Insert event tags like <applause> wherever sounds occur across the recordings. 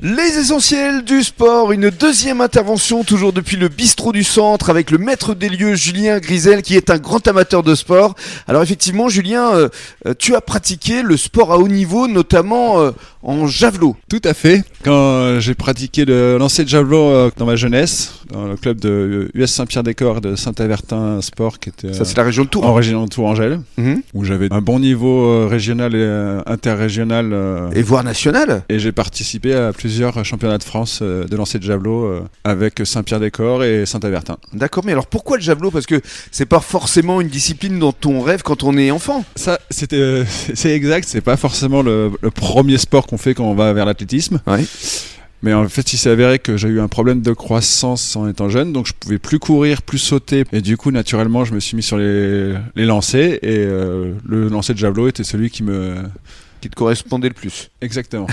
Les essentiels du sport, une deuxième intervention toujours depuis le bistrot du centre avec le maître des lieux Julien Grisel qui est un grand amateur de sport. Alors effectivement Julien, euh, euh, tu as pratiqué le sport à haut niveau notamment euh, en javelot. Tout à fait. Quand euh, j'ai pratiqué le lancer de javelot euh, dans ma jeunesse, dans le club de US Saint-Pierre-des-Corps et de Saint-Avertin Sport, qui était euh, Ça c'est la région de Tours. en région de Tourangelle, Mhm. où j'avais un bon niveau euh, régional et euh, interrégional. euh, Et voire national. et j'ai participé à plusieurs championnats de France euh, de lancer de javelot euh, avec Saint-Pierre-des-Corps et Saint-Avertin. D'accord, mais alors pourquoi le javelot Parce que c'est pas forcément une discipline dont on rêve quand on est enfant. Ça, c'était, euh, <laughs> c'est c'est exact. C'est pas forcément le, le premier sport qu'on fait quand on va vers l'athlétisme. Ouais. Mais en fait, il s'est avéré que j'ai eu un problème de croissance en étant jeune, donc je pouvais plus courir, plus sauter. Et du coup, naturellement, je me suis mis sur les, les lancers. Et euh, le lancer de javelot était celui qui me. Qui te correspondait le plus. Exactement.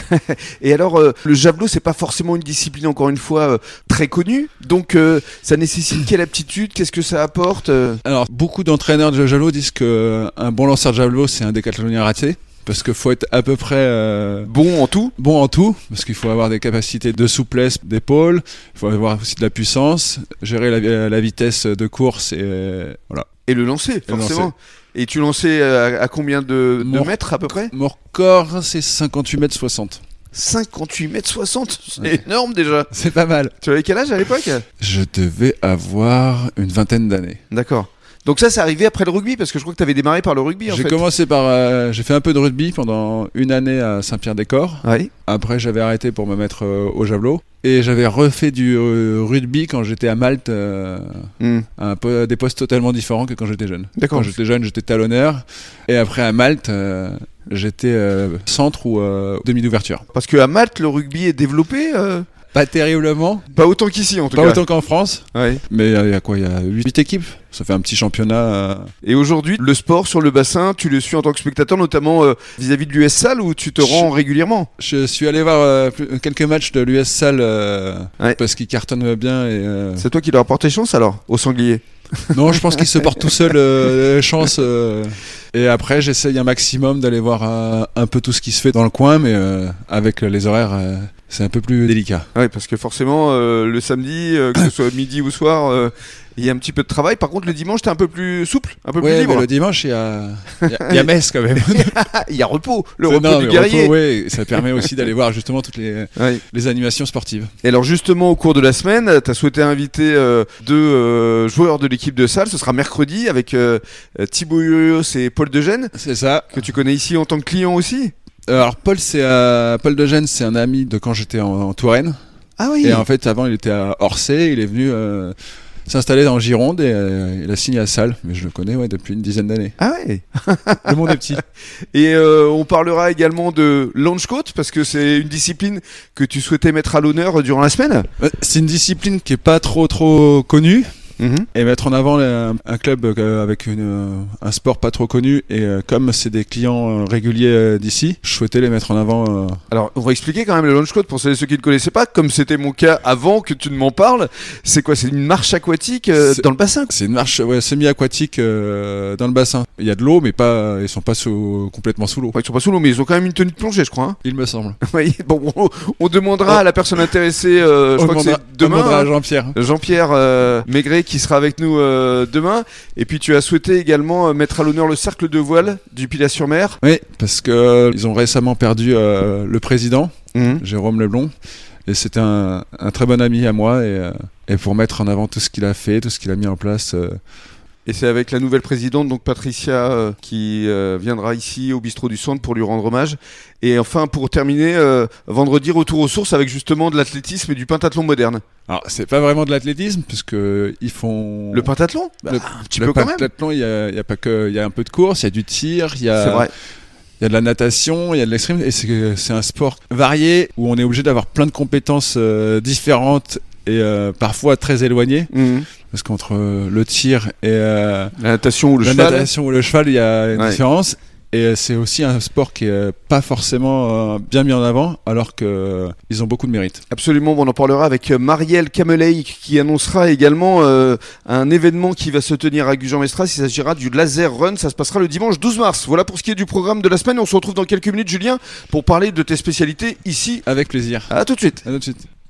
Et alors, euh, le javelot, c'est pas forcément une discipline, encore une fois, euh, très connue. Donc, euh, ça nécessite quelle aptitude Qu'est-ce que ça apporte euh Alors, beaucoup d'entraîneurs de javelot disent que euh, un bon lanceur de javelot, c'est un décathlonien raté. Parce que faut être à peu près euh, Bon en tout. bon en tout, parce qu'il faut avoir des capacités de souplesse d'épaule, il faut avoir aussi de la puissance, gérer la, euh, la vitesse de course et euh, voilà. Et le lancer, le forcément. Et tu lançais euh, à, à combien de, de Mon- mètres à peu près Mon record, c'est 58 mètres 60. 58 mètres 60. C'est Ouais. énorme déjà. C'est pas mal. Tu avais quel âge à l'époque Je devais avoir une vingtaine d'années. D'accord. Donc ça, c'est arrivé après le rugby, parce que je crois que tu avais démarré par le rugby en J'ai fait. commencé par, euh, j'ai fait un peu de rugby pendant une année à Saint-Pierre-des-Corps. Ouais. Après, j'avais arrêté pour me mettre euh, au javelot et j'avais refait du euh, rugby quand j'étais à Malte, euh, Hmm. à un po- des postes totalement différents que quand j'étais jeune. Quand D'accord. j'étais jeune, j'étais talonneur et après à Malte, euh, j'étais euh, centre ou euh, demi d'ouverture. Parce qu'à Malte, le rugby est développé, euh, Pas terriblement, pas autant qu'ici en tout pas cas. autant qu'en France, Ouais. mais euh, il y a quoi Il y a 8 équipes. Ça fait un petit championnat. euh, Et aujourd'hui, le sport sur le bassin, tu le suis en tant que spectateur, notamment euh, vis-à-vis de l'US Salle où tu te rends régulièrement. Je suis allé voir euh, plus- quelques matchs de l'US Salle euh, Ouais. parce qu'ils cartonnent bien et euh, C'est toi qui leur porté chance alors, au sanglier. non, je pense qu'ils se portent tout seuls euh, euh, chance. euh. et après, j'essaye un maximum d'aller voir euh, un peu tout ce qui se fait dans le coin, mais euh, avec les horaires, euh, c'est un peu plus délicat. Ah Oui, parce que forcément, euh, le samedi, euh, que ce soit midi ou soir, euh, il y a un petit peu de travail. Par contre, le dimanche, t'es un peu plus souple, un peu plus Ouais, mais libre. le dimanche, il y a, il y a- il y a messe <laughs> quand même. Ah, Il y a repos, le Non, repos mais du repos, guerrier. ouais, ça permet aussi d'aller voir justement toutes les, Ouais. les animations sportives. Et alors justement, au cours de la semaine, tu as souhaité inviter euh, deux euh, joueurs de l'équipe de salle. Ce sera mercredi avec euh, euh, Thibaut Urios et Paul Degène, C'est ça. que tu connais ici en tant que client aussi. Euh, Alors Paul, c'est euh, Paul Degen, c'est un ami de quand j'étais en- en Touraine. Ah oui. Et en fait, avant, il était à Orsay, il est venu euh, s'installer dans Gironde et euh, il a signé à Salle. Mais je le connais ouais, depuis une dizaine d'années. Ah ouais. Le monde est petit. Et euh, on parlera également de launch coat parce que c'est une discipline que tu souhaitais mettre à l'honneur durant la semaine. Euh, C'est une discipline qui est pas trop trop connue. Mhm. Et mettre en avant euh, un club euh, avec une, euh, un sport pas trop connu et euh, comme c'est des clients euh, réguliers euh, d'ici, je souhaitais les mettre en avant. euh. Alors, on va expliquer quand même le launch coat pour celles et ceux qui ne connaissaient pas, comme c'était mon cas avant que tu ne m'en parles. C'est quoi C'est une marche aquatique euh, C'est- dans le bassin. quoi. C'est une marche ouais, semi-aquatique euh, dans le bassin. Il y a de l'eau, mais pas, ils sont pas sous- complètement sous l'eau. Ouais, ils sont pas sous l'eau, mais ils ont quand même une tenue de plongée, je crois. hein. <laughs> Il me semble. Oui, bon, on, on demandera Oh. à la personne intéressée, euh, je On crois que demandera- c'est on demandera demain. à hein. Jean-Pierre. Jean-Pierre euh, Maigret qui sera avec nous euh, demain. Et puis tu as souhaité également euh, mettre à l'honneur le cercle de voile du Pilat-sur-Mer. Oui, parce que euh, ils ont récemment perdu euh, le président, Jérôme Leblon, et c'était un, un très bon ami à moi. Et, euh, et pour mettre en avant tout ce qu'il a fait, tout ce qu'il a mis en place, euh, Et c'est avec la nouvelle présidente, donc Patricia, euh, qui euh, viendra ici au bistrot du centre pour lui rendre hommage. Et enfin, pour terminer, euh, vendredi, retour aux sources avec justement de l'athlétisme et du pentathlon moderne. alors c'est pas vraiment de l'athlétisme, puisque ils font Le pentathlon Bah, le- Un petit le peu quand même. pentathlon, euh, il y a, il y a pas que, il y a un peu de course, il y a du tir, il y C'est a, vrai. il y a de la natation, il y a de l'extrême, et c'est c'est un sport varié où on est obligé d'avoir plein de compétences euh, différentes et euh, parfois très éloignées, Mhm. parce qu'entre euh, le tir et euh, La natation ou le la cheval. natation ou le cheval, il y a une Ouais. différence. Et euh, c'est aussi un sport qui est pas forcément euh, bien mis en avant, alors qu'ils ont beaucoup de mérite. Absolument, on en parlera avec euh, Marielle Kameley qui annoncera également euh, un événement qui va se tenir à Gujan-Mestras. Il s'agira du Laser Run. Ça se passera le dimanche 12 mars. Voilà pour ce qui est du programme de la semaine. On se retrouve dans quelques minutes, Julien, pour parler de tes spécialités ici. Avec plaisir. À tout de suite. À tout de suite.